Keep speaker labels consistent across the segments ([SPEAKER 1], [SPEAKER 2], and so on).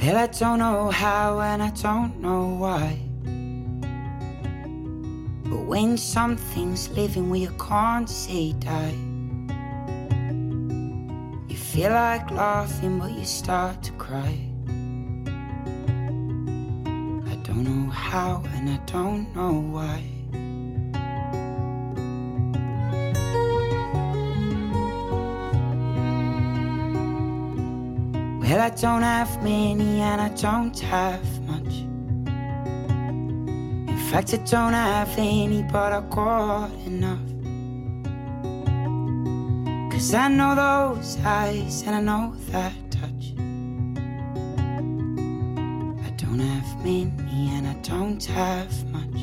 [SPEAKER 1] Well, I don't know how and I don't know why. But when something's living where you can't see die, you feel like laughing but you start to cry. I don't know how and I don't know why. Well, I don't have many and I don't have much. In fact, I don't have any, but I got enough. Cause I know those eyes and I know that touch. I don't have many and I don't have much.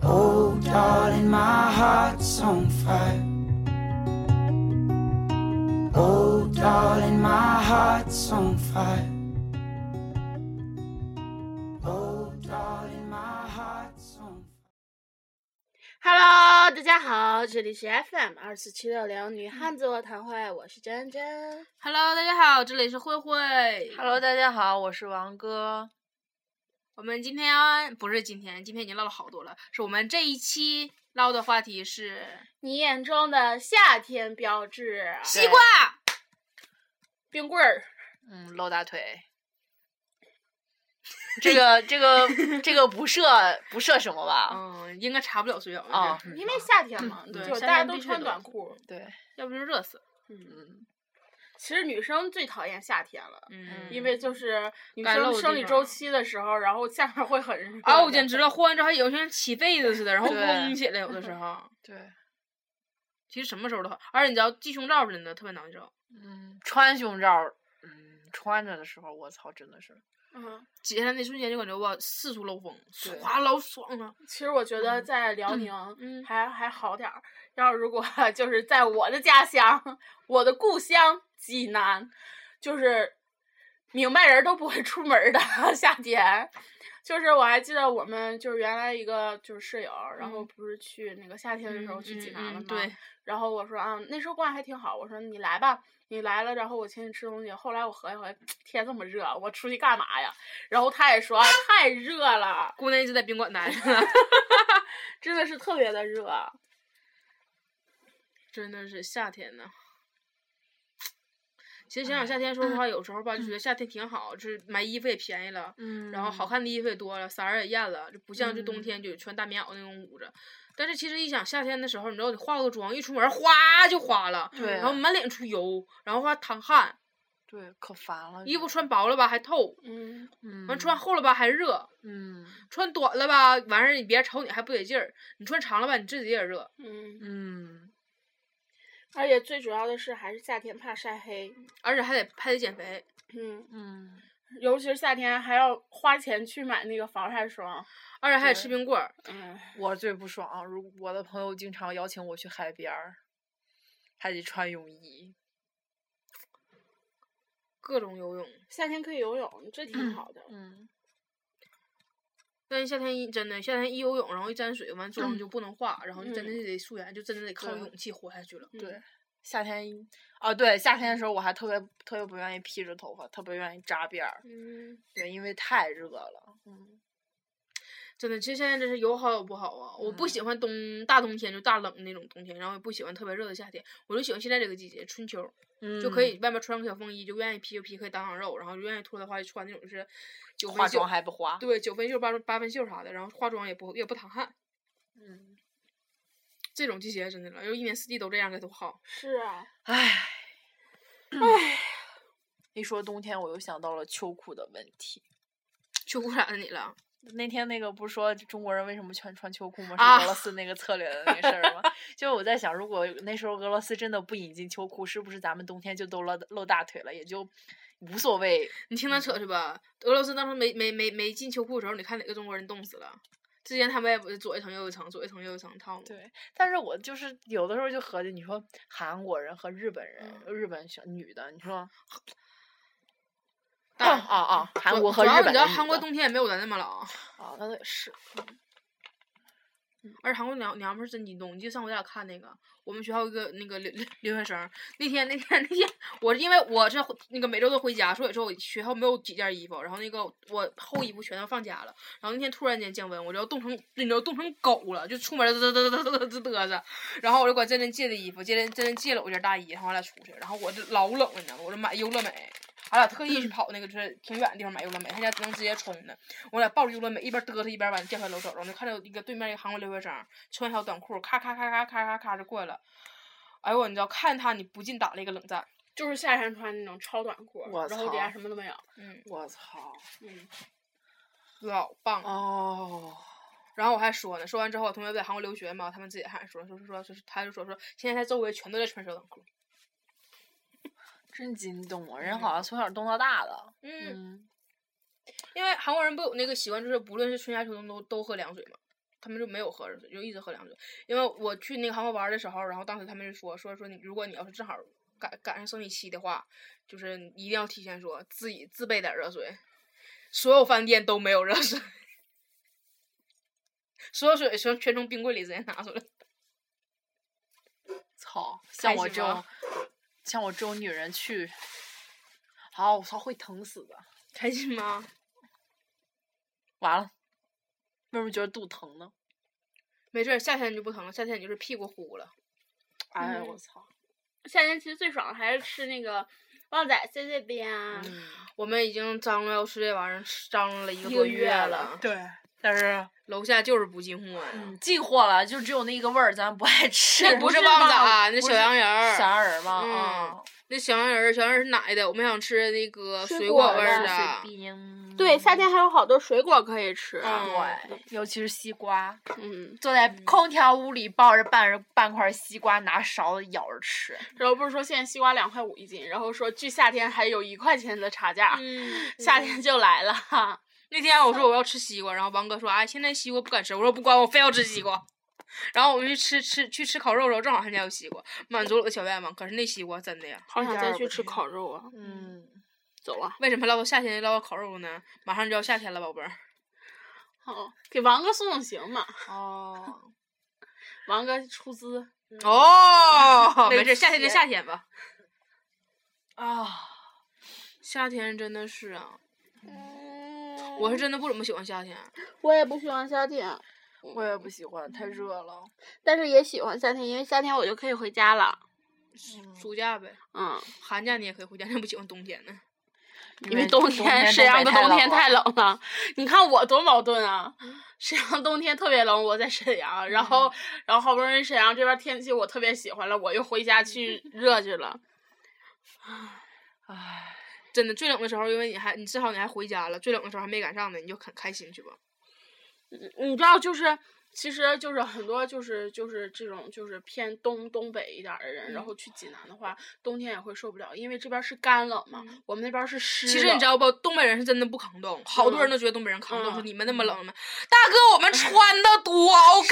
[SPEAKER 1] But oh, darling, my heart's on fire. Oh, darling, my heart's on fire. Oh, darling, my heart's on
[SPEAKER 2] Hello，大家好，这里是 FM 二四七六零女汉子卧谈会，我是真真。
[SPEAKER 3] Hello，大家好，这里是慧慧。
[SPEAKER 4] Hello，大家好，我是王哥。
[SPEAKER 3] 我们今天不是今天，今天已经唠了好多了。是我们这一期唠的话题是
[SPEAKER 2] 你眼中的夏天标志，啊
[SPEAKER 3] 西瓜。
[SPEAKER 2] 冰棍儿。
[SPEAKER 4] 嗯，露大 腿。这个这个这个不涉不涉什么吧？
[SPEAKER 3] 嗯，应该查不了水饺
[SPEAKER 4] 啊、
[SPEAKER 3] 这是
[SPEAKER 2] 因为夏天嘛，
[SPEAKER 3] 嗯对
[SPEAKER 2] 就是
[SPEAKER 3] 夏
[SPEAKER 2] 大家
[SPEAKER 3] 天
[SPEAKER 2] 都
[SPEAKER 3] 必须
[SPEAKER 2] 穿
[SPEAKER 3] 得嗯
[SPEAKER 2] 短裤。
[SPEAKER 4] 对，
[SPEAKER 3] 要不就热死。
[SPEAKER 2] 嗯，其实女生最讨厌夏天了，
[SPEAKER 3] 嗯
[SPEAKER 2] 因为就是女
[SPEAKER 3] 该露
[SPEAKER 2] 生
[SPEAKER 3] 的
[SPEAKER 2] 生
[SPEAKER 3] 地
[SPEAKER 2] 理
[SPEAKER 3] 方
[SPEAKER 2] 周期的时候，然后下面会很热
[SPEAKER 3] 啊，
[SPEAKER 2] 的
[SPEAKER 3] 我简直了，呼完之后还有像起痱子似的，然后
[SPEAKER 4] 嗯对
[SPEAKER 3] 嗡起来，有的时候。
[SPEAKER 4] 对，
[SPEAKER 3] 其实什么时候都好，而且你知道系胸罩真的特别难受，
[SPEAKER 4] 嗯，穿胸罩，嗯，穿着的时候，我操，真的是，
[SPEAKER 2] 嗯，
[SPEAKER 3] 解下来那瞬间就感觉哇，四处漏风，
[SPEAKER 4] 对
[SPEAKER 3] 唰老爽啊了。
[SPEAKER 2] 其实我觉得在辽宁，
[SPEAKER 3] 嗯
[SPEAKER 2] 还还好点儿。要如果 就是在我的家乡，我的故乡济南，就是明白人都不会出门儿的 夏天。就是我还记得我们就是原来一个就是室友，然后
[SPEAKER 3] 嗯
[SPEAKER 2] 不是去那个夏天的时候去济南了吗？
[SPEAKER 3] 嗯嗯嗯对，
[SPEAKER 2] 然后我说啊，那时候逛得还挺好。我说你来吧，你来了，然后我请你吃东西。后来我合计合计，天这么热，我出去干嘛呀？然后他也说啊太热了，
[SPEAKER 3] 姑娘一直在宾馆待着呢，
[SPEAKER 2] 真的是特别的热。
[SPEAKER 3] 真的是夏天呢。其实想想夏天，说实话，有时候吧，就觉得夏天挺好，就是买衣服也便宜了，
[SPEAKER 4] 嗯
[SPEAKER 3] 然后好，看的衣服也多了，色儿也艳了，就不像就冬
[SPEAKER 4] 嗯
[SPEAKER 3] 天就穿大棉袄那种捂着。但是其实一想夏天的时候，你知道得化个妆，一出门哗就花了，
[SPEAKER 4] 对
[SPEAKER 2] 啊
[SPEAKER 3] 然后满脸出油，然后还淌汗，
[SPEAKER 4] 对，可烦了，
[SPEAKER 3] 衣服穿薄了吧还透，
[SPEAKER 2] 嗯，
[SPEAKER 4] 嗯，
[SPEAKER 3] 完穿，厚了吧还热，
[SPEAKER 4] 嗯
[SPEAKER 3] 穿短了吧完事儿你别人瞅你还不得劲儿，你穿长了吧你自己也热。
[SPEAKER 2] 嗯，
[SPEAKER 4] 嗯，
[SPEAKER 2] 而且最主要的是，还是夏天怕晒黑，
[SPEAKER 3] 而且还得还得减肥，
[SPEAKER 2] 嗯，
[SPEAKER 4] 嗯，
[SPEAKER 2] 尤其是夏天还要花钱去买那个防晒霜，
[SPEAKER 3] 而且还得
[SPEAKER 4] 对
[SPEAKER 3] 吃冰棍儿。
[SPEAKER 2] 嗯，
[SPEAKER 4] 我最不爽，如我的朋友经常邀请我去海边儿，还得穿泳衣，
[SPEAKER 3] 各种游泳，
[SPEAKER 2] 夏天可以游泳，这挺好的。
[SPEAKER 4] 嗯，
[SPEAKER 3] 但是夏天一真的夏天一游泳，然后一沾水，完妆就
[SPEAKER 4] 嗯
[SPEAKER 3] 不能化，然后就真的
[SPEAKER 2] 嗯
[SPEAKER 3] 就得素颜，就真的得靠
[SPEAKER 2] 靠
[SPEAKER 3] 勇气活下去了。
[SPEAKER 4] 嗯对，夏天，啊，对，夏天的时候我还特别特别不愿意披着头发，特别愿意扎辫儿，
[SPEAKER 2] 嗯，
[SPEAKER 4] 对，因为太热了，嗯，
[SPEAKER 3] 真的，其实现在真是有好有不好啊！我不
[SPEAKER 4] 嗯
[SPEAKER 3] 喜欢冬大冬天就大冷那种冬天，然后也不喜欢特别热的夏天，我就喜欢现在这个季节，春秋、
[SPEAKER 4] 嗯
[SPEAKER 3] 就可以外面穿个小风衣，就愿意披就披，可以挡挡肉，然后愿意脱的话就穿那种是九分
[SPEAKER 4] 化
[SPEAKER 3] 袖
[SPEAKER 4] 妆，还不化，
[SPEAKER 3] 对九分袖八八分袖啥的，然后化妆也不也不淌汗，
[SPEAKER 4] 嗯，
[SPEAKER 3] 这种季节真的了，要一年四季都这样该多好！
[SPEAKER 2] 是啊，
[SPEAKER 4] 唉，一说冬天，我又想到了秋裤的问题。
[SPEAKER 3] 秋裤染了你了，
[SPEAKER 4] 那天那个不是说中国人为什么全穿秋裤吗？
[SPEAKER 3] 啊
[SPEAKER 4] 是俄罗斯那个策略 的那个事儿吗？就是我在想，如果那时候俄罗斯真的不引进秋裤，是不是咱们冬天就都露露大腿了，也就无所谓？
[SPEAKER 3] 你听他
[SPEAKER 4] 嗯
[SPEAKER 3] 扯去吧。俄罗斯当时没没没没进秋裤的时候，你看哪个中国人冻死了？之前他们也不是左一层右一层，左一层右一层套吗？
[SPEAKER 4] 对，但是我就是有的时候就合计，你说韩国人和日本人，日本小女的，你说啊
[SPEAKER 3] 但
[SPEAKER 4] 啊啊，韩
[SPEAKER 3] 主
[SPEAKER 4] 国和日
[SPEAKER 3] 主要你
[SPEAKER 4] 本的
[SPEAKER 3] 知道韩
[SPEAKER 4] 女
[SPEAKER 3] 国
[SPEAKER 4] 的
[SPEAKER 3] 冬天也没有咱那么冷，
[SPEAKER 4] 啊，那倒也是，
[SPEAKER 3] 而且韩国娘娘们儿真激动，你记得上回咱俩看那个，我们学校有一个那个留留学生儿，那天那天那天，我是因为我是回那个每周都回家，所以说我学校没有几件衣服，然后那个我厚衣服全都放家了，然后那天突然间降温，我就要冻成你知道冻成狗了，就出门儿嘚嘚嘚嘚嘚嘚嘚嘚，然后我就管真真借的衣服，真真真真借了我件大衣，然后我俩出去，然后我这老冷了，你知道吗？我就买优乐美。俺俩特意去跑那个就是挺远的地方买优乐美，他家能直接冲的。我俩抱着优乐美一边嘚瑟一边往教学楼走，然后就看到一个对面一个韩国留学生穿小短裤，咔咔咔咔咔咔咔就过来了。哎呦我，你知道看他你不禁打了一个冷战。
[SPEAKER 2] 就是夏天穿那种超短裤，
[SPEAKER 4] 我
[SPEAKER 2] 然后底
[SPEAKER 4] 操
[SPEAKER 2] 下什么都没有。
[SPEAKER 3] 嗯，
[SPEAKER 4] 我操！
[SPEAKER 2] 嗯，
[SPEAKER 3] 老棒。
[SPEAKER 4] 哦，
[SPEAKER 3] 然后我还说呢，说完之后，我同学在韩国留学嘛，他们自己还说说说说，他就说说现在他周围全都在穿小短裤。
[SPEAKER 4] 真激动啊！人好像从小冻到大的。
[SPEAKER 3] 嗯，
[SPEAKER 4] 嗯，
[SPEAKER 3] 因为韩国人不有那个习惯，就是不论是春夏秋冬都都喝凉水嘛，他们就没有喝热水，就一直喝凉水。因为我去那个韩国玩儿的时候，然后当时他们就说说说你，如果你要是正好赶赶上生理期的话，就是你一定要提前说自己自备点儿热水，所有饭店都没有热水，所有水全全从冰柜里直接拿出来。
[SPEAKER 4] 操！
[SPEAKER 3] 开
[SPEAKER 4] 像我
[SPEAKER 3] 心
[SPEAKER 4] 这种
[SPEAKER 3] 吗，
[SPEAKER 4] 像我这种女人去，啊，我操，会疼死的。
[SPEAKER 3] 开心吗？
[SPEAKER 4] 完了，为什么觉得肚疼呢？
[SPEAKER 3] 没事儿，夏天你就不疼了，夏天你就是屁股呼了。
[SPEAKER 4] 哎呀，
[SPEAKER 2] 嗯
[SPEAKER 4] 我操！
[SPEAKER 2] 夏天其实最爽的还是吃那个旺仔碎碎冰啊。
[SPEAKER 4] 嗯，
[SPEAKER 3] 我们已经张罗要吃这玩意儿，张罗了一个
[SPEAKER 2] 一
[SPEAKER 3] 多
[SPEAKER 2] 个月
[SPEAKER 3] 了，
[SPEAKER 2] 了
[SPEAKER 4] 对，但是
[SPEAKER 3] 楼下就是不进货呀。
[SPEAKER 4] 嗯，进货了，就只有那一个味儿，咱不爱吃。
[SPEAKER 3] 那不是旺仔那
[SPEAKER 4] 不
[SPEAKER 3] 小
[SPEAKER 4] 是
[SPEAKER 3] 羊人儿
[SPEAKER 4] 小羊人儿吗？
[SPEAKER 3] 嗯
[SPEAKER 4] 啊，
[SPEAKER 3] 那小羊人儿，小羊人儿是奶的，我们想吃那个
[SPEAKER 2] 水
[SPEAKER 3] 水
[SPEAKER 2] 果的
[SPEAKER 3] 味儿
[SPEAKER 4] 小
[SPEAKER 3] 的
[SPEAKER 4] 碎。冰。
[SPEAKER 2] 对，夏天还有好多水果可以吃。啊
[SPEAKER 3] 嗯
[SPEAKER 4] 对，尤其是西瓜，
[SPEAKER 2] 嗯，
[SPEAKER 4] 坐在空调屋里抱着半人半块西瓜，拿勺子咬着吃。
[SPEAKER 2] 然后不是说现在西瓜两块五一斤，然后说距夏天还有一块钱的差价，
[SPEAKER 3] 嗯，
[SPEAKER 2] 夏天就来了。
[SPEAKER 3] 那天啊我说我要吃西瓜，然后王哥说哎，现在西瓜不敢吃，我说不管，我非要吃西瓜。 然后我们去吃吃去吃烤肉的时候，正好他家有西瓜，满足了我的小愿望。可是那西瓜真的呀，
[SPEAKER 2] 好想
[SPEAKER 4] 一点
[SPEAKER 2] 再
[SPEAKER 4] 儿
[SPEAKER 2] 去
[SPEAKER 4] 不
[SPEAKER 2] 吃烤肉啊！
[SPEAKER 4] 嗯，
[SPEAKER 2] 走啊！
[SPEAKER 3] 为什么唠到夏天唠到烤肉呢？马上就要夏天了，宝贝儿。
[SPEAKER 2] 哦，给王哥送送行嘛，
[SPEAKER 3] 哦
[SPEAKER 2] 王哥出资。
[SPEAKER 3] 哦，
[SPEAKER 4] 没
[SPEAKER 3] 没事，夏天就
[SPEAKER 4] 钱
[SPEAKER 3] 夏天吧。
[SPEAKER 4] 啊，
[SPEAKER 3] 夏天真的是啊，
[SPEAKER 2] 嗯
[SPEAKER 3] 我是真的不怎么喜欢夏天。
[SPEAKER 2] 我也不喜欢夏天，
[SPEAKER 4] 我也不喜欢，太热了。
[SPEAKER 2] 但是也喜欢夏天，因为夏天我就可以回家了。
[SPEAKER 4] 嗯
[SPEAKER 3] 暑假呗，
[SPEAKER 2] 嗯，
[SPEAKER 3] 寒假你也可以回家， 你不喜欢冬天呢？
[SPEAKER 2] 因为冬天沈阳的冬天太
[SPEAKER 4] 冷
[SPEAKER 2] 冷了，你看我多矛盾啊！沈阳冬天特别冷，我在沈阳，然后、然后好不容易沈阳这边天气我特别喜欢了，我又回家 去热去了。
[SPEAKER 4] 了。唉，
[SPEAKER 3] 真的，最冷的时候，因为你还你至少你还回家了，最冷的时候还没赶上呢，你就很开心去吧。
[SPEAKER 2] 你知道，就是其实就是很多就是就是这种就是偏东东北一点儿的人，
[SPEAKER 3] 嗯
[SPEAKER 2] 然后去济南的话，冬天也会受不了，因为这边是干冷嘛，我们那边是湿冷。
[SPEAKER 3] 嗯其实你知道不，东北人是真的不抗冻，好多
[SPEAKER 2] 嗯
[SPEAKER 3] 人都觉得东北人抗冻，说
[SPEAKER 2] 嗯
[SPEAKER 3] 你们那么冷吗？大哥，我们穿 的多，OK，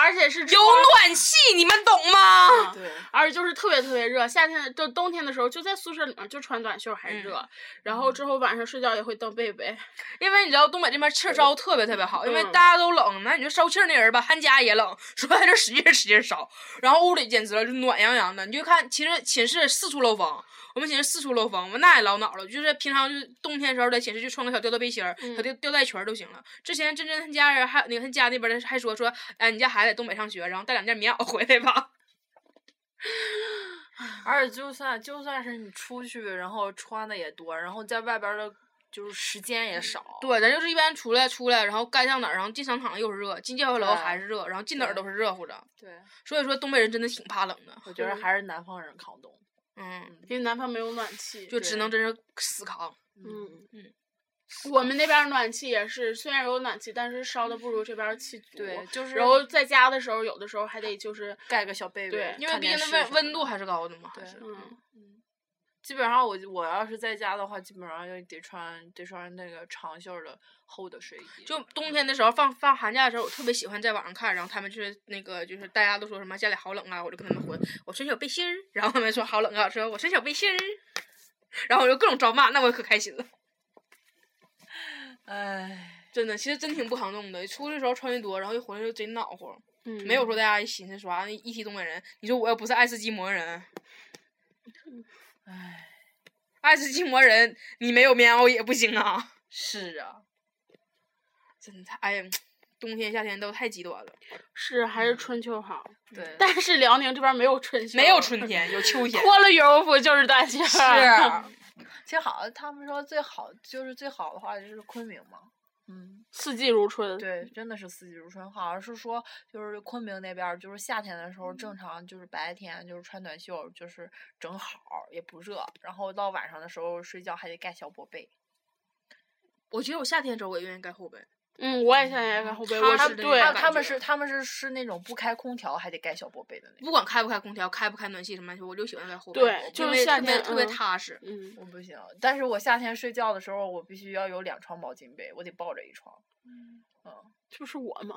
[SPEAKER 2] 而且是
[SPEAKER 3] 有
[SPEAKER 2] 穿
[SPEAKER 3] 暖气，你们懂吗？
[SPEAKER 2] 嗯
[SPEAKER 4] 对，
[SPEAKER 2] 而且就是特别特别热，夏天就冬天的时候就在宿舍里面就穿短袖还
[SPEAKER 3] 嗯
[SPEAKER 2] 热，然后之后晚上睡觉也会蹬被被。
[SPEAKER 3] 因为你知道东北这边气儿烧特别特别好，因为
[SPEAKER 2] 嗯
[SPEAKER 3] 大家都冷，那你就烧气儿那人吧，他家也冷，说在这使劲使劲烧，然后屋里简直了，就暖洋洋的。你就看，其实寝室四处漏风，我们寝室四处漏风，我那也老恼了。就是平常就是冬天时候在寝室就穿个小吊带背心儿、小吊吊带裙儿都行了。之前真真他家人还有那个他家那边的还说说，哎，你家孩子在东北上学，然后带两件棉袄回来吧。
[SPEAKER 4] 而且就算就算是你出去，然后穿的也多，然后在外边儿的，就是时间也少。
[SPEAKER 3] 对，咱就是一般出来出来，然后该上哪儿，然后进商场又是热，进教学楼
[SPEAKER 4] 对
[SPEAKER 3] 还是热，然后进哪儿
[SPEAKER 4] 对
[SPEAKER 3] 都是热乎着。
[SPEAKER 4] 对，
[SPEAKER 3] 所以说东北人真的挺怕冷的，
[SPEAKER 4] 我觉得
[SPEAKER 2] 嗯
[SPEAKER 4] 还是南方人抗冻。
[SPEAKER 3] 嗯。
[SPEAKER 2] 因为南方没有暖气，
[SPEAKER 3] 就只能真是死扛。
[SPEAKER 2] 嗯
[SPEAKER 3] 嗯
[SPEAKER 2] 我们那边儿暖气也是，虽然有暖气，但是烧的不如这边儿气足。
[SPEAKER 4] 对，就是
[SPEAKER 2] 然后在家的时候，有的时候还得就是，
[SPEAKER 4] 盖个小被
[SPEAKER 2] 对
[SPEAKER 4] 被，
[SPEAKER 3] 因为
[SPEAKER 4] 看
[SPEAKER 3] 毕竟
[SPEAKER 4] 电
[SPEAKER 3] 那
[SPEAKER 4] 视什
[SPEAKER 3] 温
[SPEAKER 4] 么
[SPEAKER 3] 温度
[SPEAKER 4] 的
[SPEAKER 3] 还是高的嘛，还
[SPEAKER 4] 对
[SPEAKER 3] 是
[SPEAKER 2] 嗯，
[SPEAKER 4] 基本上我我要是在家的话，基本上就得穿得穿那个长袖儿的厚的睡衣。
[SPEAKER 3] 就冬天的时候放放寒假的时候，我特别喜欢在网上看，然后他们就是那个就是大家都说什么家里好冷啊，我就跟他们混，我穿小背心儿，然后他们说好冷啊，我说我穿小背心儿，然后我就各种招骂，那我可开心了，
[SPEAKER 4] 唉，
[SPEAKER 3] 真的，其实真挺不抗冻的，出去的时候穿的多，然后一回来就贼暖和，
[SPEAKER 2] 嗯
[SPEAKER 3] 没有说大家寻思说啊，一提东北人，你说我又不是爱斯基摩人，
[SPEAKER 4] 唉，
[SPEAKER 3] 爱斯基摩人你没有棉袄也不行啊！
[SPEAKER 4] 是啊，
[SPEAKER 3] 真的太，哎呀，冬天夏天都太极端了，
[SPEAKER 2] 是还是春秋好，
[SPEAKER 4] 对，
[SPEAKER 2] 嗯但是辽宁这边没有春秋，
[SPEAKER 3] 没有春天，有秋天。
[SPEAKER 2] 脱了羽绒服就是大件
[SPEAKER 3] 是，
[SPEAKER 2] 儿，
[SPEAKER 4] 其实好像他们说最好就是最好的话就是昆明嘛，嗯。
[SPEAKER 2] 四季如春。
[SPEAKER 4] 对，真的是四季如春。好像是说，就是昆明那边儿，就是夏天的时候，正常就是白天就是穿短袖，就是正好儿也不热。然后到晚上的时候睡觉还得盖小薄被。
[SPEAKER 3] 我觉得我夏天的时候我也愿意盖后背。
[SPEAKER 2] 嗯，我也现在也干后背，我
[SPEAKER 3] 他
[SPEAKER 2] 是
[SPEAKER 3] 们
[SPEAKER 2] 对
[SPEAKER 4] 他
[SPEAKER 3] 感
[SPEAKER 4] 他们
[SPEAKER 3] 觉
[SPEAKER 4] 是他们是是那种不开空调还得盖小薄被的那种。
[SPEAKER 3] 不管开不开空调，开不开暖气什么的，我就喜欢在后背，
[SPEAKER 2] 对
[SPEAKER 3] 因
[SPEAKER 2] 就是
[SPEAKER 3] 为
[SPEAKER 2] 夏
[SPEAKER 3] 特别
[SPEAKER 2] 天
[SPEAKER 3] 特别
[SPEAKER 2] 嗯
[SPEAKER 3] 踏实。
[SPEAKER 2] 嗯，
[SPEAKER 4] 我不行，但是我夏天睡觉的时候，我必须要有两床毛巾被，我得抱着一床。
[SPEAKER 2] 这不是我吗？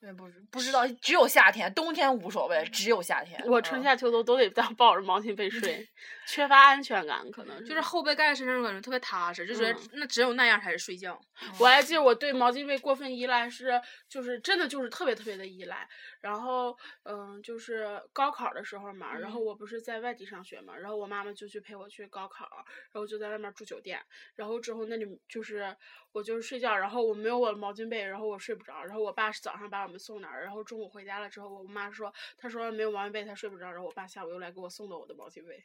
[SPEAKER 4] 因为嗯不知不知道，只有夏天，冬天无所谓，只有夏天。
[SPEAKER 2] 我春
[SPEAKER 4] 嗯
[SPEAKER 2] 夏秋冬都得当 抱着毛巾被睡，缺乏安全感可能
[SPEAKER 3] 就是后背盖在身上，感觉特别踏实，就觉得
[SPEAKER 2] 嗯
[SPEAKER 3] 那只有那样才是睡觉。
[SPEAKER 2] 我还记得我对毛巾被过分依赖是，就是真的就是特别特别的依赖。然后，嗯，就是高考的时候嘛，然后
[SPEAKER 4] 嗯
[SPEAKER 2] 我不是在外地上学嘛，然后我妈妈就去陪我去高考，然后就在外面住酒店。然后之后那里就是我就是睡觉，然后我没有我的毛巾被，然后我睡不着。然后我爸是早上把我们送哪儿，然后中午回家了之后，我妈说她说没有毛巾被她睡不着，然后我爸下午又来给我送的我的毛巾被，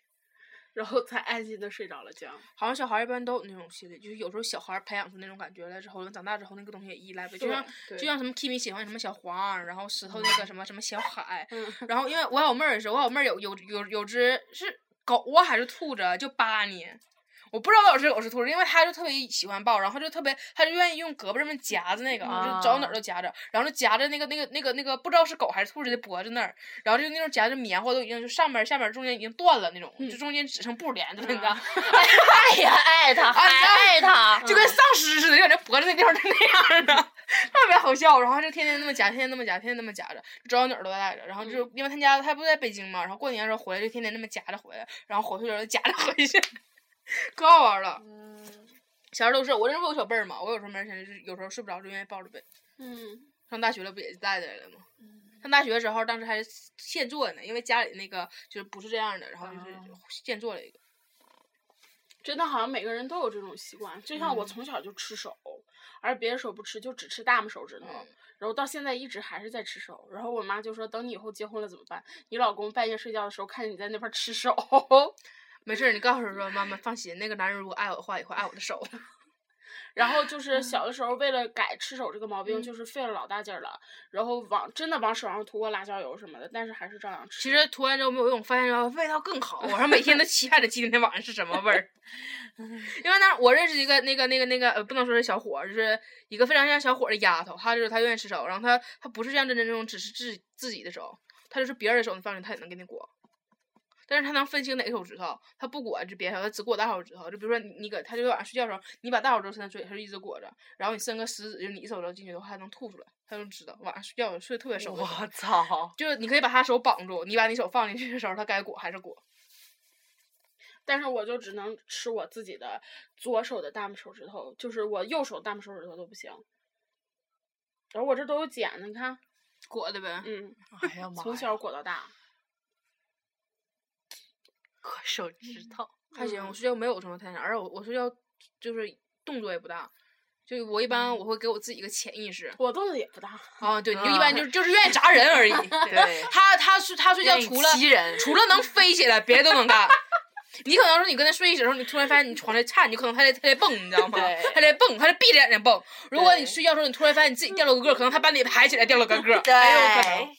[SPEAKER 2] 然后才安心的睡着了觉。
[SPEAKER 3] 好像小孩儿一般都有那种心理，就是有时候小孩儿培养出那种感觉来之后，长大之后那个东西也依赖呗，就像
[SPEAKER 4] 对
[SPEAKER 3] 就像什么 Kimi 喜欢什么小黄儿，然后石头那个什么什么小海，
[SPEAKER 2] 嗯，
[SPEAKER 3] 然后因为我小妹儿也是，我小妹儿有有有有只是狗啊还是兔子啊，就扒你。我不知道有只狗是兔子，因为她就特别喜欢抱，然后就特别，她就愿意用胳膊这么夹着那个，就找哪儿都夹着，然后就夹着那个那个那个那个不知道是狗还是兔子的脖子那儿，然后就那种夹着棉花都已经就上边儿下边儿中间已经断了那种，就中间只剩布连着那个，
[SPEAKER 4] 哎呀，爱他，还爱 他，
[SPEAKER 3] 就跟丧尸似的，就感觉脖子那地方是那样的， 特别好笑。然后就天天那么夹，天天那么夹，天天那么夹着，找哪儿都带着。然后就因为他家他不在北京嘛，然后过年的时候回来就天天那么夹着回来，然后回去的时候夹着回去，可好玩了。小时候都是，我这不有小被儿嘛，我有时候没事儿就是有时候睡不着就愿意抱着被。
[SPEAKER 2] 嗯，
[SPEAKER 3] 上大学了不也带来了吗？上大学的时候，当时还是现做呢，因为家里那个就是不是这样的，然后就是现做了一个。
[SPEAKER 2] 真的好像每个人都有这种习惯，就
[SPEAKER 3] 嗯
[SPEAKER 2] 像我从小就吃手，而别的手不吃，就只吃大拇手指头，
[SPEAKER 3] 嗯
[SPEAKER 2] 然后到现在一直还是在吃手。然后我妈就说，等你以后结婚了怎么办？你老公半夜睡觉的时候看见你在那边吃手，
[SPEAKER 3] 没事儿，你告诉他说妈妈放心，那个男人如果爱我的话，也会爱我的手。
[SPEAKER 2] 然后就是小的时候为了改吃手这个毛
[SPEAKER 3] 嗯
[SPEAKER 2] 病，就是费了老大劲儿了，然后往真的往手上涂过辣椒油什么的，但是还是照样吃。
[SPEAKER 3] 其实涂完之后没有用，发现然后味道更好。我说每天都期盼着今天晚上是什么味 儿，
[SPEAKER 4] 嗯
[SPEAKER 3] 因为那我认识一个那个那个那个呃，不能说是小伙儿，就是一个非常像小伙儿的丫头，她就是她愿意吃手，然后她她不是像真正那种只是自己自己的手，她就是别人的手你放进去她也能给你裹，但是她能分清哪个手指头，她不裹就别的手，她只裹大手指头。就比如说你你搁她就晚上睡觉的时候，你把大手指头伸到嘴，她就一直裹着，然后你伸个食指，就你一手指头进去的话，她能吐出来，她就知道晚上睡觉睡得特别熟的时候。
[SPEAKER 4] 我 操！
[SPEAKER 3] 就是你可以把他手绑住，你把你手放进去的时候，他该裹还是裹。
[SPEAKER 2] 但是我就只能吃我自己的左手的大拇手指头，就是我右手大拇手指头都不行。然后我这都有茧呢，你看，
[SPEAKER 3] 裹的呗，
[SPEAKER 2] 嗯，
[SPEAKER 4] 哎呀妈呀，
[SPEAKER 2] 从小裹到大。
[SPEAKER 4] 割手指头。
[SPEAKER 3] 还行。我睡觉没有什么太难，而且我我睡觉就是动作也不大，就我一般我会给我自己一个潜意 识
[SPEAKER 2] 我动作也不大，
[SPEAKER 3] 嗯啊，对，你就
[SPEAKER 4] 啊
[SPEAKER 3] 一 般就是就是愿意砸人而 已。
[SPEAKER 4] 对
[SPEAKER 3] 他他睡他睡觉
[SPEAKER 4] 愿意
[SPEAKER 3] 除了
[SPEAKER 4] 击人
[SPEAKER 3] 除了能飞起来，别的都能干。 你可能说你跟他睡一起的时候，你突然发现你床在颤，你可能他在他在蹦，你知道吗？
[SPEAKER 4] 对
[SPEAKER 3] 他在蹦，他在闭着眼睛蹦。如果你
[SPEAKER 4] 对
[SPEAKER 3] 睡觉的时候，你突然发现你自己掉了个个儿，可能他把你抬起来掉了个 个儿，哎
[SPEAKER 4] 对
[SPEAKER 3] 也有可能。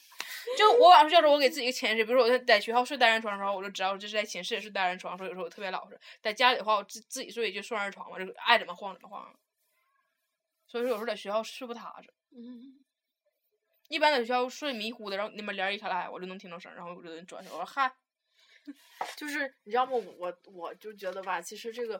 [SPEAKER 3] 就我晚上睡觉的时候，我给自己一个潜意识，比如说我在在学校睡单人床的时候，我就知道我这是在寝室也睡单人床，所以有时候我特别老实。在家里的话，我自自己睡就双人床嘛，就是爱怎么晃怎么晃。所以说有时候在学校睡不踏实，
[SPEAKER 2] 嗯，
[SPEAKER 3] 一般在学校睡迷糊的，然后那边帘儿一开来，我就能听到声儿，然后我就能转头，我说嗨，
[SPEAKER 4] 就是你知道吗？我我就觉得吧，其实这个，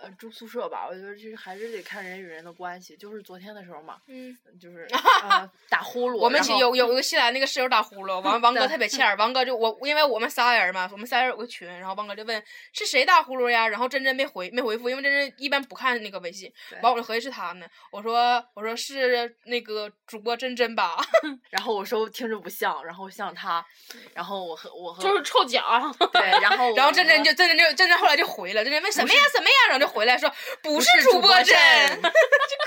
[SPEAKER 4] 呃住宿舍吧，我觉得这还是得看人与人的关系。就是昨天的时候嘛，
[SPEAKER 3] 嗯，
[SPEAKER 4] 就是、呃、打呼噜，
[SPEAKER 3] 我们
[SPEAKER 4] 然
[SPEAKER 3] 起
[SPEAKER 4] 后
[SPEAKER 3] 有有一个新来那个室友打呼噜， 完王哥特别欠儿，王哥就我因为我们仨人嘛，我们仨人有个群，然后王哥就问是谁打呼噜呀，然后真真没回没回复，因为真真一般不看那个微信
[SPEAKER 4] 对，
[SPEAKER 3] 完我就合计是他呢，我说我说是那个主播真真吧，
[SPEAKER 4] 然后我说听着不像，然后像他，然后我和我和
[SPEAKER 2] 就是臭脚啊儿，
[SPEAKER 4] 对，啊然后
[SPEAKER 3] 然后
[SPEAKER 4] 我
[SPEAKER 3] 真真就真真就真真后来就回了，真真问什么呀什么呀，然后就回来说不是
[SPEAKER 4] 是主
[SPEAKER 3] 播
[SPEAKER 4] 播
[SPEAKER 3] 真，
[SPEAKER 4] 真
[SPEAKER 3] 这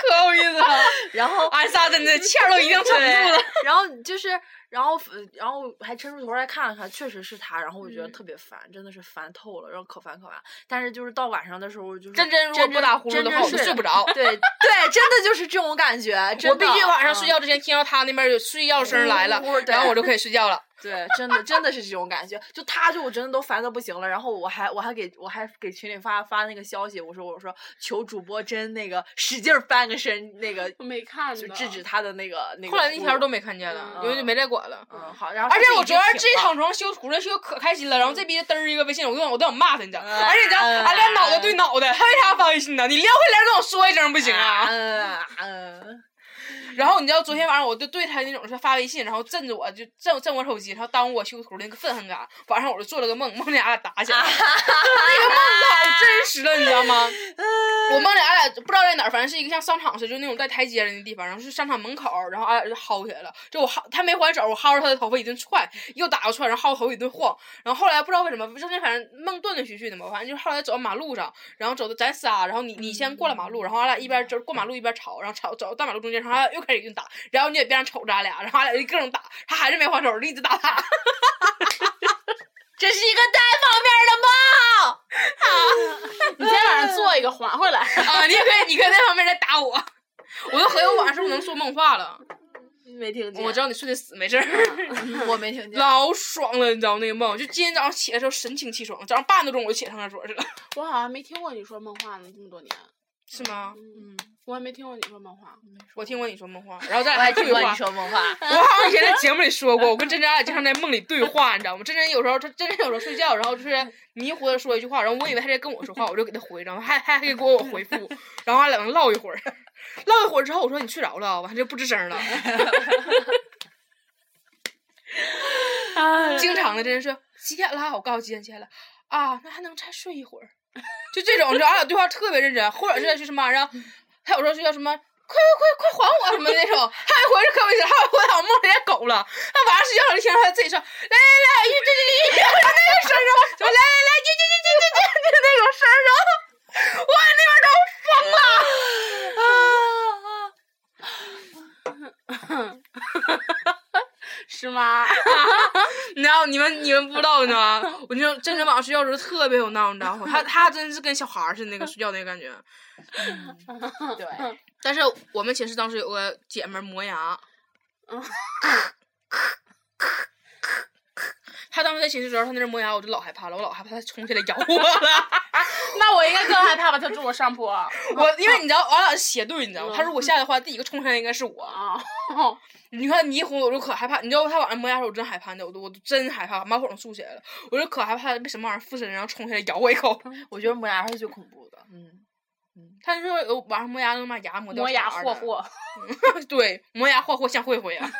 [SPEAKER 3] 可有意思了，
[SPEAKER 4] 然后
[SPEAKER 3] 俺仨真的欠儿都已经撑不住了。
[SPEAKER 4] 然后就是，然后呃然后还伸出头来看了看，确实是他。然后我觉得
[SPEAKER 3] 嗯
[SPEAKER 4] 特别烦，真的是烦透了，然后可烦可烦。但是就是到晚上的时候，就是
[SPEAKER 3] 真真如果不打呼噜的话，我就睡不。着。
[SPEAKER 4] 真真睡了对对，真的就是这种感 觉。
[SPEAKER 3] 我
[SPEAKER 4] 真
[SPEAKER 3] 必
[SPEAKER 4] 的
[SPEAKER 3] 须晚上
[SPEAKER 4] 嗯
[SPEAKER 3] 睡觉之前听到他那边有睡觉声来了
[SPEAKER 4] 呜呜，对
[SPEAKER 3] 然后我就可以睡觉了。
[SPEAKER 4] 对，真的真的是这种感觉。就他就我真的都烦的不行了，然后我还我还给我还给群里发发那个消息，我说我说求主播真那个使劲儿翻个身，那个
[SPEAKER 2] 我没看
[SPEAKER 4] 就
[SPEAKER 2] 呢
[SPEAKER 4] 制止他的那个那个。啊
[SPEAKER 3] 后来那条都。没看见了，
[SPEAKER 2] 嗯
[SPEAKER 3] 因为就没再管了。
[SPEAKER 4] 嗯，好，然后
[SPEAKER 3] 而且
[SPEAKER 4] 他自己
[SPEAKER 3] 我
[SPEAKER 4] 就
[SPEAKER 3] 昨天
[SPEAKER 4] 挺
[SPEAKER 3] 这一
[SPEAKER 4] 了
[SPEAKER 3] 躺床修图了，修可开心了，然后这逼嘚儿一个微信，我都想我都想骂他，你知道？
[SPEAKER 4] 嗯
[SPEAKER 3] 而且你知道，
[SPEAKER 4] 嗯
[SPEAKER 3] 俺俩脑袋对脑袋，他为啥发微信呢？你撩回来跟我说一声不行啊？
[SPEAKER 4] 嗯嗯，
[SPEAKER 3] 然后你知道昨天晚上我就对他那种是发微信，然后震着我就震震我手机，然后耽误我修图的那个愤恨感。晚上我就做了个梦，梦见俺俩打起来了，那个梦老真实了，你知道吗？我梦见俺俩不知道在哪儿，反正是一个像商场似的，就那种带台阶的那地方，然后是商场门口，然后俺俩就薅起来了。就我薅他没还手，我薅着他的头发一顿踹，又打又踹，然后薅头一顿晃。然后后来不知道为什么，中间反正梦断断续续的嘛，反正就是后来走到马路上，然后走的咱仨，啊然后你你先过了马
[SPEAKER 4] 嗯
[SPEAKER 3] 路，然后俺俩一边就是过马路一边吵，然后吵走到大马路中间，然后俺俩又开始一顿打，然后你也边上瞅着俺俩，然后俺俩就各种打，他还是没还手，就一直打他。
[SPEAKER 4] 这是一个单方
[SPEAKER 2] 你今天晚上做一个还回 来。
[SPEAKER 3] 啊，你也可以，你可以在旁边再打我。我都合计我晚上是不是能说梦话了？
[SPEAKER 4] 面的梦，没听见，
[SPEAKER 3] 我知道你睡得死没事儿，
[SPEAKER 4] 我没听见。
[SPEAKER 3] 老爽了，你知道那个梦？就今天早上起来的时候神清气爽，早上八点多钟我就起来上厕所去了，
[SPEAKER 2] 我好像没听过你说梦话呢，这么多年，
[SPEAKER 3] 是吗？
[SPEAKER 2] 嗯，我也没听过你说梦话。
[SPEAKER 3] 我听过你说梦话，然后咱
[SPEAKER 4] 我
[SPEAKER 3] 俩还
[SPEAKER 4] 还听
[SPEAKER 3] 对
[SPEAKER 4] 过你
[SPEAKER 3] 话。
[SPEAKER 4] 说梦话，
[SPEAKER 3] 我好像以前在节目里说过，我跟真真俺俩经常在梦里对话，你知道吗？真真有时候她真真有时候睡觉，然后就是迷糊的说一句话，然后我以为她在跟我说话，我就给她回，然后还还还给我回复，然后俺俩能唠一会儿， 唠一会儿之后我说你睡着了，完她就不吱声了。 经常的真是几点了？我告诉几点起来了啊？那还能再睡一会儿，就这种，就俺啊俩对话特别认真，或者是去什么，然后他有时候就叫什么。快快快快还我什么的那种，还有一回是可危险，还有一回我梦见狗了，他晚上睡觉了，听着他自己说来来来，这这这这这那个声儿，什么来来来，这这这这这这这那种声儿，然后我那边都疯了，
[SPEAKER 2] 是吗？
[SPEAKER 3] 你知道你们你们不知道呢，我就真真晚上睡觉的时候特别有闹，你知道吗？他他真是跟小孩儿似的那个睡觉那个感觉。
[SPEAKER 4] 对，
[SPEAKER 3] 但是我们寝室当时有个姐们儿磨牙， 她当时在寝室的时候，她那阵磨牙，我就老害怕了，我老害怕她冲起来咬我了。
[SPEAKER 2] 那我应该更害怕吧？他住我上 铺啊。
[SPEAKER 3] 我因为你知道，我俩是斜对，你知道
[SPEAKER 2] 嗯
[SPEAKER 3] 吗？她如果下来的话，第一个冲上来应该是我。你看你一哄我就可害怕，你知道她晚上磨牙的时候，我真害怕，你知道我都我都真害怕，马火都竖起来了，我就可害怕她被什么玩意儿附身，然后冲起来咬我一口。
[SPEAKER 4] 我觉得磨牙是最恐怖的。嗯，
[SPEAKER 3] 她就说有晚上磨牙能把牙磨掉
[SPEAKER 2] 磨牙
[SPEAKER 3] 茬儿
[SPEAKER 2] 霍
[SPEAKER 3] 的
[SPEAKER 2] 霍，
[SPEAKER 3] 对，磨牙霍霍像慧 慧啊。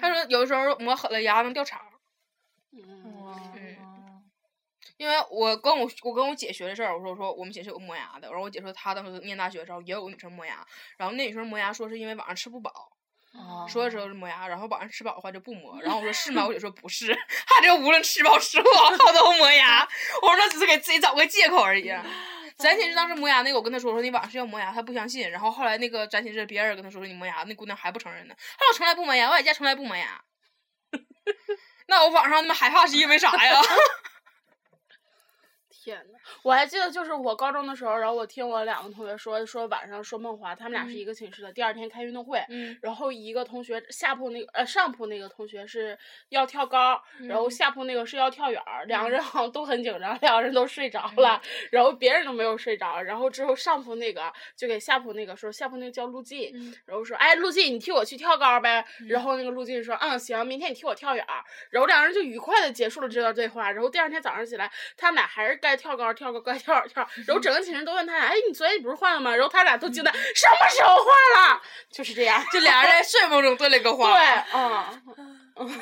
[SPEAKER 3] 他说有时候磨狠了牙能掉茬儿，
[SPEAKER 4] 嗯，
[SPEAKER 3] 因为我跟我我跟我姐学这事儿，我说我说我们寝室有个磨牙的，然后我姐说她当时念大学的时候也有个女生磨牙，然后那女生磨牙说是因为晚上吃不饱，说的时候是磨牙，然后晚上吃饱的话就不磨，然后我说是吗？我姐说不是， 她这无论吃饱吃不饱她都磨牙，我说那只是给自己找个借口而已。咱寝室当时磨牙那个，我跟她说，我说你晚上睡觉磨牙，她不相信。然后后来那个咱寝室别人跟她说你磨牙，那姑娘还不承认呢。她说我从来不磨牙，我在家从来不磨牙。 那我晚上他妈害怕是因为啥呀？
[SPEAKER 2] 天呐，我还记得，就是我高中的时候，然后我听我两个同学说，说晚上说梦话，他们俩是一个寝室的，第二天开运动会，
[SPEAKER 3] 嗯，
[SPEAKER 2] 然后一个同学下铺那个呃上铺那个同学是要跳高，然后下铺那个是要跳远儿，两个人好像都很紧张，两个人都睡着了，然后别人都没有睡着，然后之后上铺那个就给下铺那个说，下铺那个叫陆记，
[SPEAKER 3] 嗯
[SPEAKER 2] 然后说哎陆记你替我去跳高呗，然后那个陆记说嗯行，明天你替我跳远儿，然后两个人就愉快的结束了这段对话，然后第二天早上起来他们俩还是该该跳高跳高，该跳高跳。然后整个寝室都问他俩：“哎，你昨天你不是换了吗？”然后他俩都惊呆：“什么时候换了？”嗯就是这样。
[SPEAKER 3] 这俩人在睡梦中对了个
[SPEAKER 2] 对
[SPEAKER 3] 话。，
[SPEAKER 2] 嗯，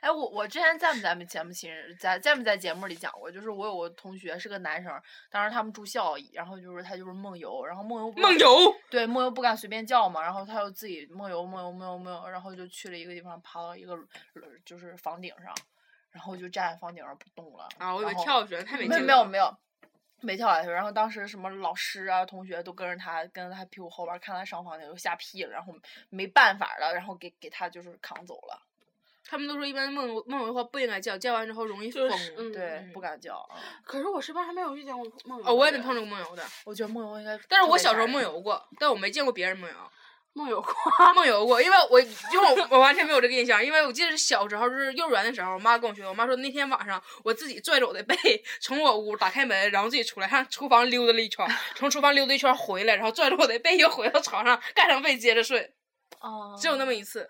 [SPEAKER 4] 哎，我我之前在不在咱们节目其实在在不在节目里讲过，就是我有个同学是个男生，当时他们住校，然后就是他就是梦游，然后梦游不
[SPEAKER 3] 梦
[SPEAKER 4] 敢
[SPEAKER 3] 游，
[SPEAKER 4] 对梦游不敢随便叫嘛，然后他就自己梦游梦游梦游梦游，然后就去了一个地方，爬到一个呃就是房顶上，然后就站在房顶上不动了
[SPEAKER 3] 啊！我以为
[SPEAKER 4] 然后
[SPEAKER 3] 跳下去了，太
[SPEAKER 4] 没
[SPEAKER 3] 没劲了。
[SPEAKER 4] 没有没有没跳下去。然后当时什么老师啊、同学都跟着他，跟着他屁股后边儿看他上房顶就吓屁了，然后没办法了，然后给给他就是扛走了，
[SPEAKER 3] 他们都说一般梦游梦游的话不应该叫，叫完之后容易
[SPEAKER 2] 就
[SPEAKER 3] 疯。
[SPEAKER 2] 是嗯
[SPEAKER 4] 对，不敢叫啊。
[SPEAKER 2] 可是我身边还没有遇见过梦游的人。
[SPEAKER 3] 哦，我也没碰着过梦游的，
[SPEAKER 4] 我觉得梦游应该，
[SPEAKER 3] 但是我小时候梦，游过，但我没见过别人 梦游。
[SPEAKER 2] 梦游过。
[SPEAKER 3] 梦游过，因为我因为我我完全没有这个印象，因为我记得是小时候就是幼儿园的时候，我妈跟我说，我妈说那天晚上我自己拽着我的被从我屋打开门，然后自己出来上厨房溜达了一圈儿，从厨房溜达一圈儿回来，然后拽着我的被又回到床上盖上被接着睡，
[SPEAKER 4] 啊，
[SPEAKER 3] 只有那么一次，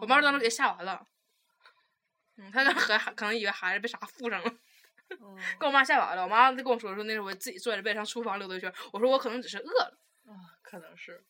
[SPEAKER 3] 我妈当时给吓完了。嗯，她当时还可能以为孩子被啥附上了，
[SPEAKER 4] 嗯
[SPEAKER 3] 跟我妈吓完了。我妈就跟我说说那是我自己拽着被上厨房溜达一圈儿，我说我可能只是饿了。
[SPEAKER 4] 啊，可能是。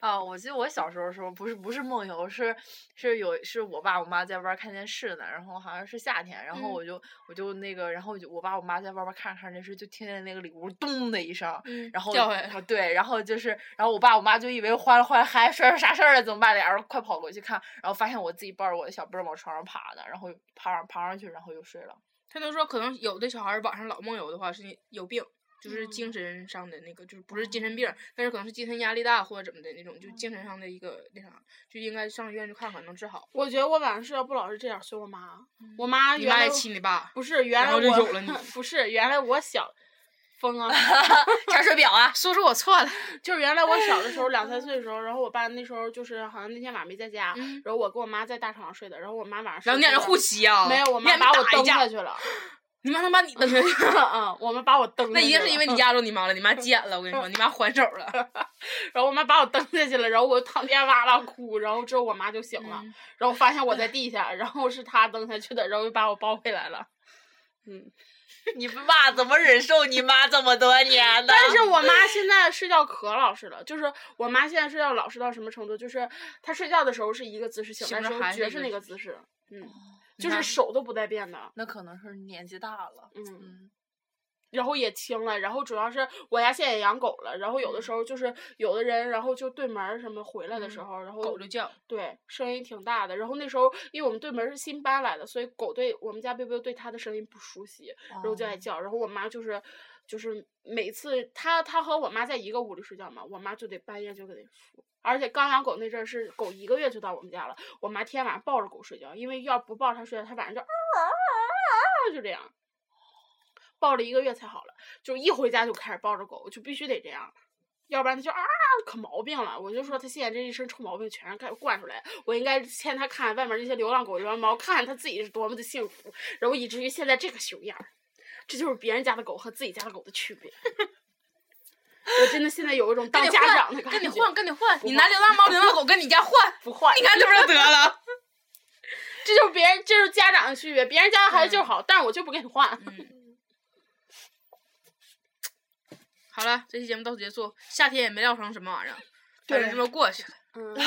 [SPEAKER 4] 啊，我记得我小时候的时候，不是不是梦游，是是有是我爸我妈在外边儿看电视呢，然后好像是夏天，然后
[SPEAKER 3] 嗯
[SPEAKER 4] 我就、我就那个，然后我就我爸我妈在外边儿看着看着电视，就听见那个里屋咚的一声，
[SPEAKER 3] 嗯
[SPEAKER 4] 然后
[SPEAKER 3] 掉下来了。
[SPEAKER 4] 对，然后就是，然后我爸我妈就以为坏了坏了，还摔出啥事儿了怎么办？俩人快跑过去看，然后发现我自己抱着我的小被儿往床上爬呢，然后爬上爬上去，然后又睡了。
[SPEAKER 3] 他都说，可能有的小孩儿晚上老梦游的话是因有病，就是
[SPEAKER 2] 嗯
[SPEAKER 3] 精神上的那个，就是不是精神病儿，但是可能是精神压力大或者怎么的那种，就精神上的一个那啥，就应该上医院去看看，能治好。
[SPEAKER 2] 我觉得我晚上睡觉不老是这样，所以我妈，我妈
[SPEAKER 3] 嗯你
[SPEAKER 2] 原
[SPEAKER 3] 妈
[SPEAKER 2] 来
[SPEAKER 3] 也气 你爸，
[SPEAKER 2] 不是原来
[SPEAKER 3] 然后
[SPEAKER 2] 我
[SPEAKER 3] 就有了你
[SPEAKER 2] 不是原来我小疯 啊。
[SPEAKER 3] 查水表啊，叔叔我错了。
[SPEAKER 2] 就是原来我小的时候，两三岁的时候，然后我爸那时候就是好像那天晚上没在家，
[SPEAKER 3] 嗯
[SPEAKER 2] 然后我跟我妈在大床上睡的，然后我妈晚上睡
[SPEAKER 3] 然后你俩人
[SPEAKER 2] 着
[SPEAKER 3] 互骑 啊？
[SPEAKER 2] 没有， 我
[SPEAKER 3] 你
[SPEAKER 2] 妈
[SPEAKER 3] 俩
[SPEAKER 2] 把我
[SPEAKER 3] 打一
[SPEAKER 2] 蹬
[SPEAKER 3] 架
[SPEAKER 2] 下，去 了，
[SPEAKER 3] 你妈能把 你蹬下去？
[SPEAKER 2] 嗯，我妈把我蹬下 去
[SPEAKER 3] 那
[SPEAKER 2] 了，
[SPEAKER 3] 一定是因为你压着你妈了， 你妈急眼了。我跟你说，你妈还手了。
[SPEAKER 2] 然后我妈把我蹬下去了，然后我躺地下哇啦哭，然后之后我妈就醒了，
[SPEAKER 3] 嗯
[SPEAKER 2] 然后发现我在地下，然后是她蹬下去的，然后又把我抱回来了。 嗯
[SPEAKER 4] 你爸怎么忍受你妈这么多年的？
[SPEAKER 2] 但是我妈现在睡觉可老实了，就是我妈现在睡觉老实到什么程度？就是她睡觉的时候是一个姿势，醒
[SPEAKER 3] 醒
[SPEAKER 2] 来的
[SPEAKER 3] 着
[SPEAKER 2] 时候
[SPEAKER 3] 还是
[SPEAKER 2] 绝
[SPEAKER 3] 一
[SPEAKER 2] 是
[SPEAKER 3] 个
[SPEAKER 2] 那个
[SPEAKER 3] 姿哦
[SPEAKER 2] 姿势，嗯，
[SPEAKER 3] 你
[SPEAKER 2] 就是
[SPEAKER 3] 妈
[SPEAKER 2] 手都不带变的，
[SPEAKER 4] 那可能是年纪大了，
[SPEAKER 2] 嗯。
[SPEAKER 4] 嗯，
[SPEAKER 2] 然后也轻了，然后主要是我家现在也养狗了，然后
[SPEAKER 3] 嗯
[SPEAKER 2] 有的时候就是有的人，然后就对门儿什么回来的时
[SPEAKER 3] 嗯
[SPEAKER 2] 候，然后
[SPEAKER 3] 狗就叫，
[SPEAKER 2] 对声音挺大的，然后那时候因为我们对门儿是新搬来的，所以狗对我们家贝贝对它的声音不熟悉，然后就爱
[SPEAKER 4] 哦
[SPEAKER 2] 叫，然后我妈就是就是每次它它和我妈在一个屋里睡觉嘛，我妈就得半夜就给它扶。而且刚养狗那阵儿是狗一个月就到我们家了，我妈天天晚上抱着狗睡觉，因为要不抱着它睡觉，它晚上就啊啊啊啊就这样，抱了一个月才好了，就一回家就开始抱着狗，就必须得这样，要不然它就啊可毛病了。我就说它现在这一身臭毛病全是干惯出来，我应该牵它看外面那些流浪狗、流浪猫，看看它自己是多么的幸福，然后以至于现在这个熊样儿，这就是别人家的狗和自己家的狗的区别。 我真的现在有一种当
[SPEAKER 3] 跟你
[SPEAKER 2] 家
[SPEAKER 3] 换
[SPEAKER 2] 长的感觉，
[SPEAKER 3] 跟你换，跟你换，
[SPEAKER 2] 不
[SPEAKER 3] 你拿流浪猫、流浪狗跟你家换，
[SPEAKER 2] 不换？
[SPEAKER 3] 你看这不就得了？
[SPEAKER 2] 这就是别人，这就是家长的区别。别人家的孩子就是好，但是我就不给你换。
[SPEAKER 3] 好了，这期节目到此结束。夏天也没聊成什么玩意儿，
[SPEAKER 4] 对
[SPEAKER 3] 反正这么过去了。
[SPEAKER 2] 嗯，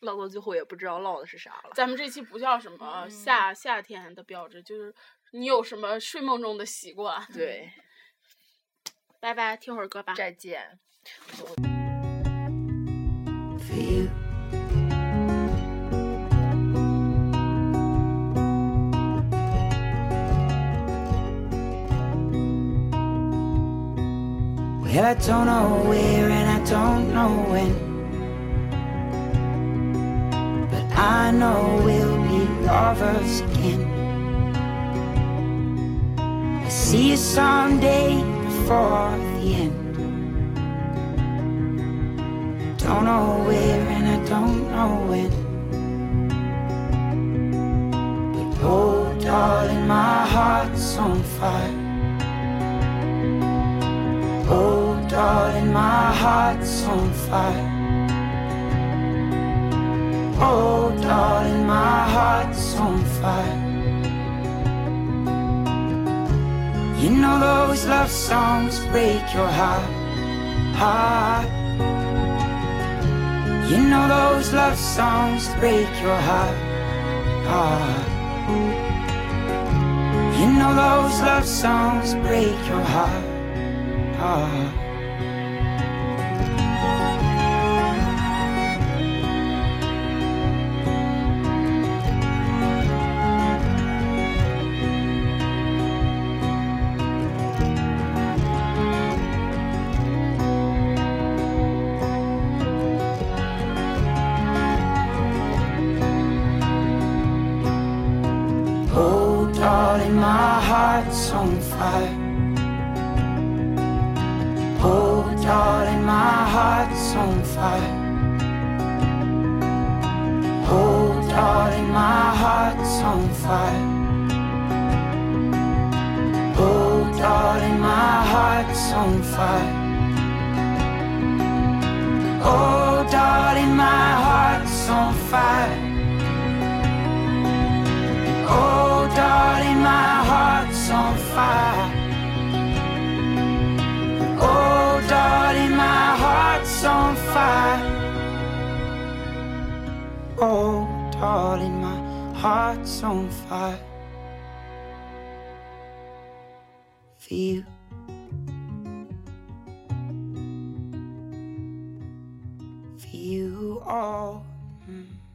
[SPEAKER 4] 唠到最后也不知道唠的是啥了。
[SPEAKER 2] 咱们这期不叫什么夏夏天的标志，就是你有什么睡梦中的习惯。
[SPEAKER 4] 对，
[SPEAKER 2] 嗯拜拜，听会儿歌吧。
[SPEAKER 4] 再见。
[SPEAKER 1] for you. Well, I don't know where and I don't know when. But I know we'll be lovers again. I see you someday before the end. Don't know where and I don't know when. But oh, darling, my heart's on fire. Oh, darling, my heart's on fire. Oh, darling, my heart's on fire. You know those love songs break your heart, heart. You know those love songs break your heart, heart. You know those love songs break your heart, heart. Oh, darling, my heart's on fire. Oh, darling, my heart's on fire. Oh, darling, my heart's on fire. Oh, darling, my heart's on fire. Oh, darling, my heart's on fire. Oh, darling, my heart's on fire. Oh, darling, my heart's on fire. Oh, darling, my heart's on fire. For you. For you all. Mm.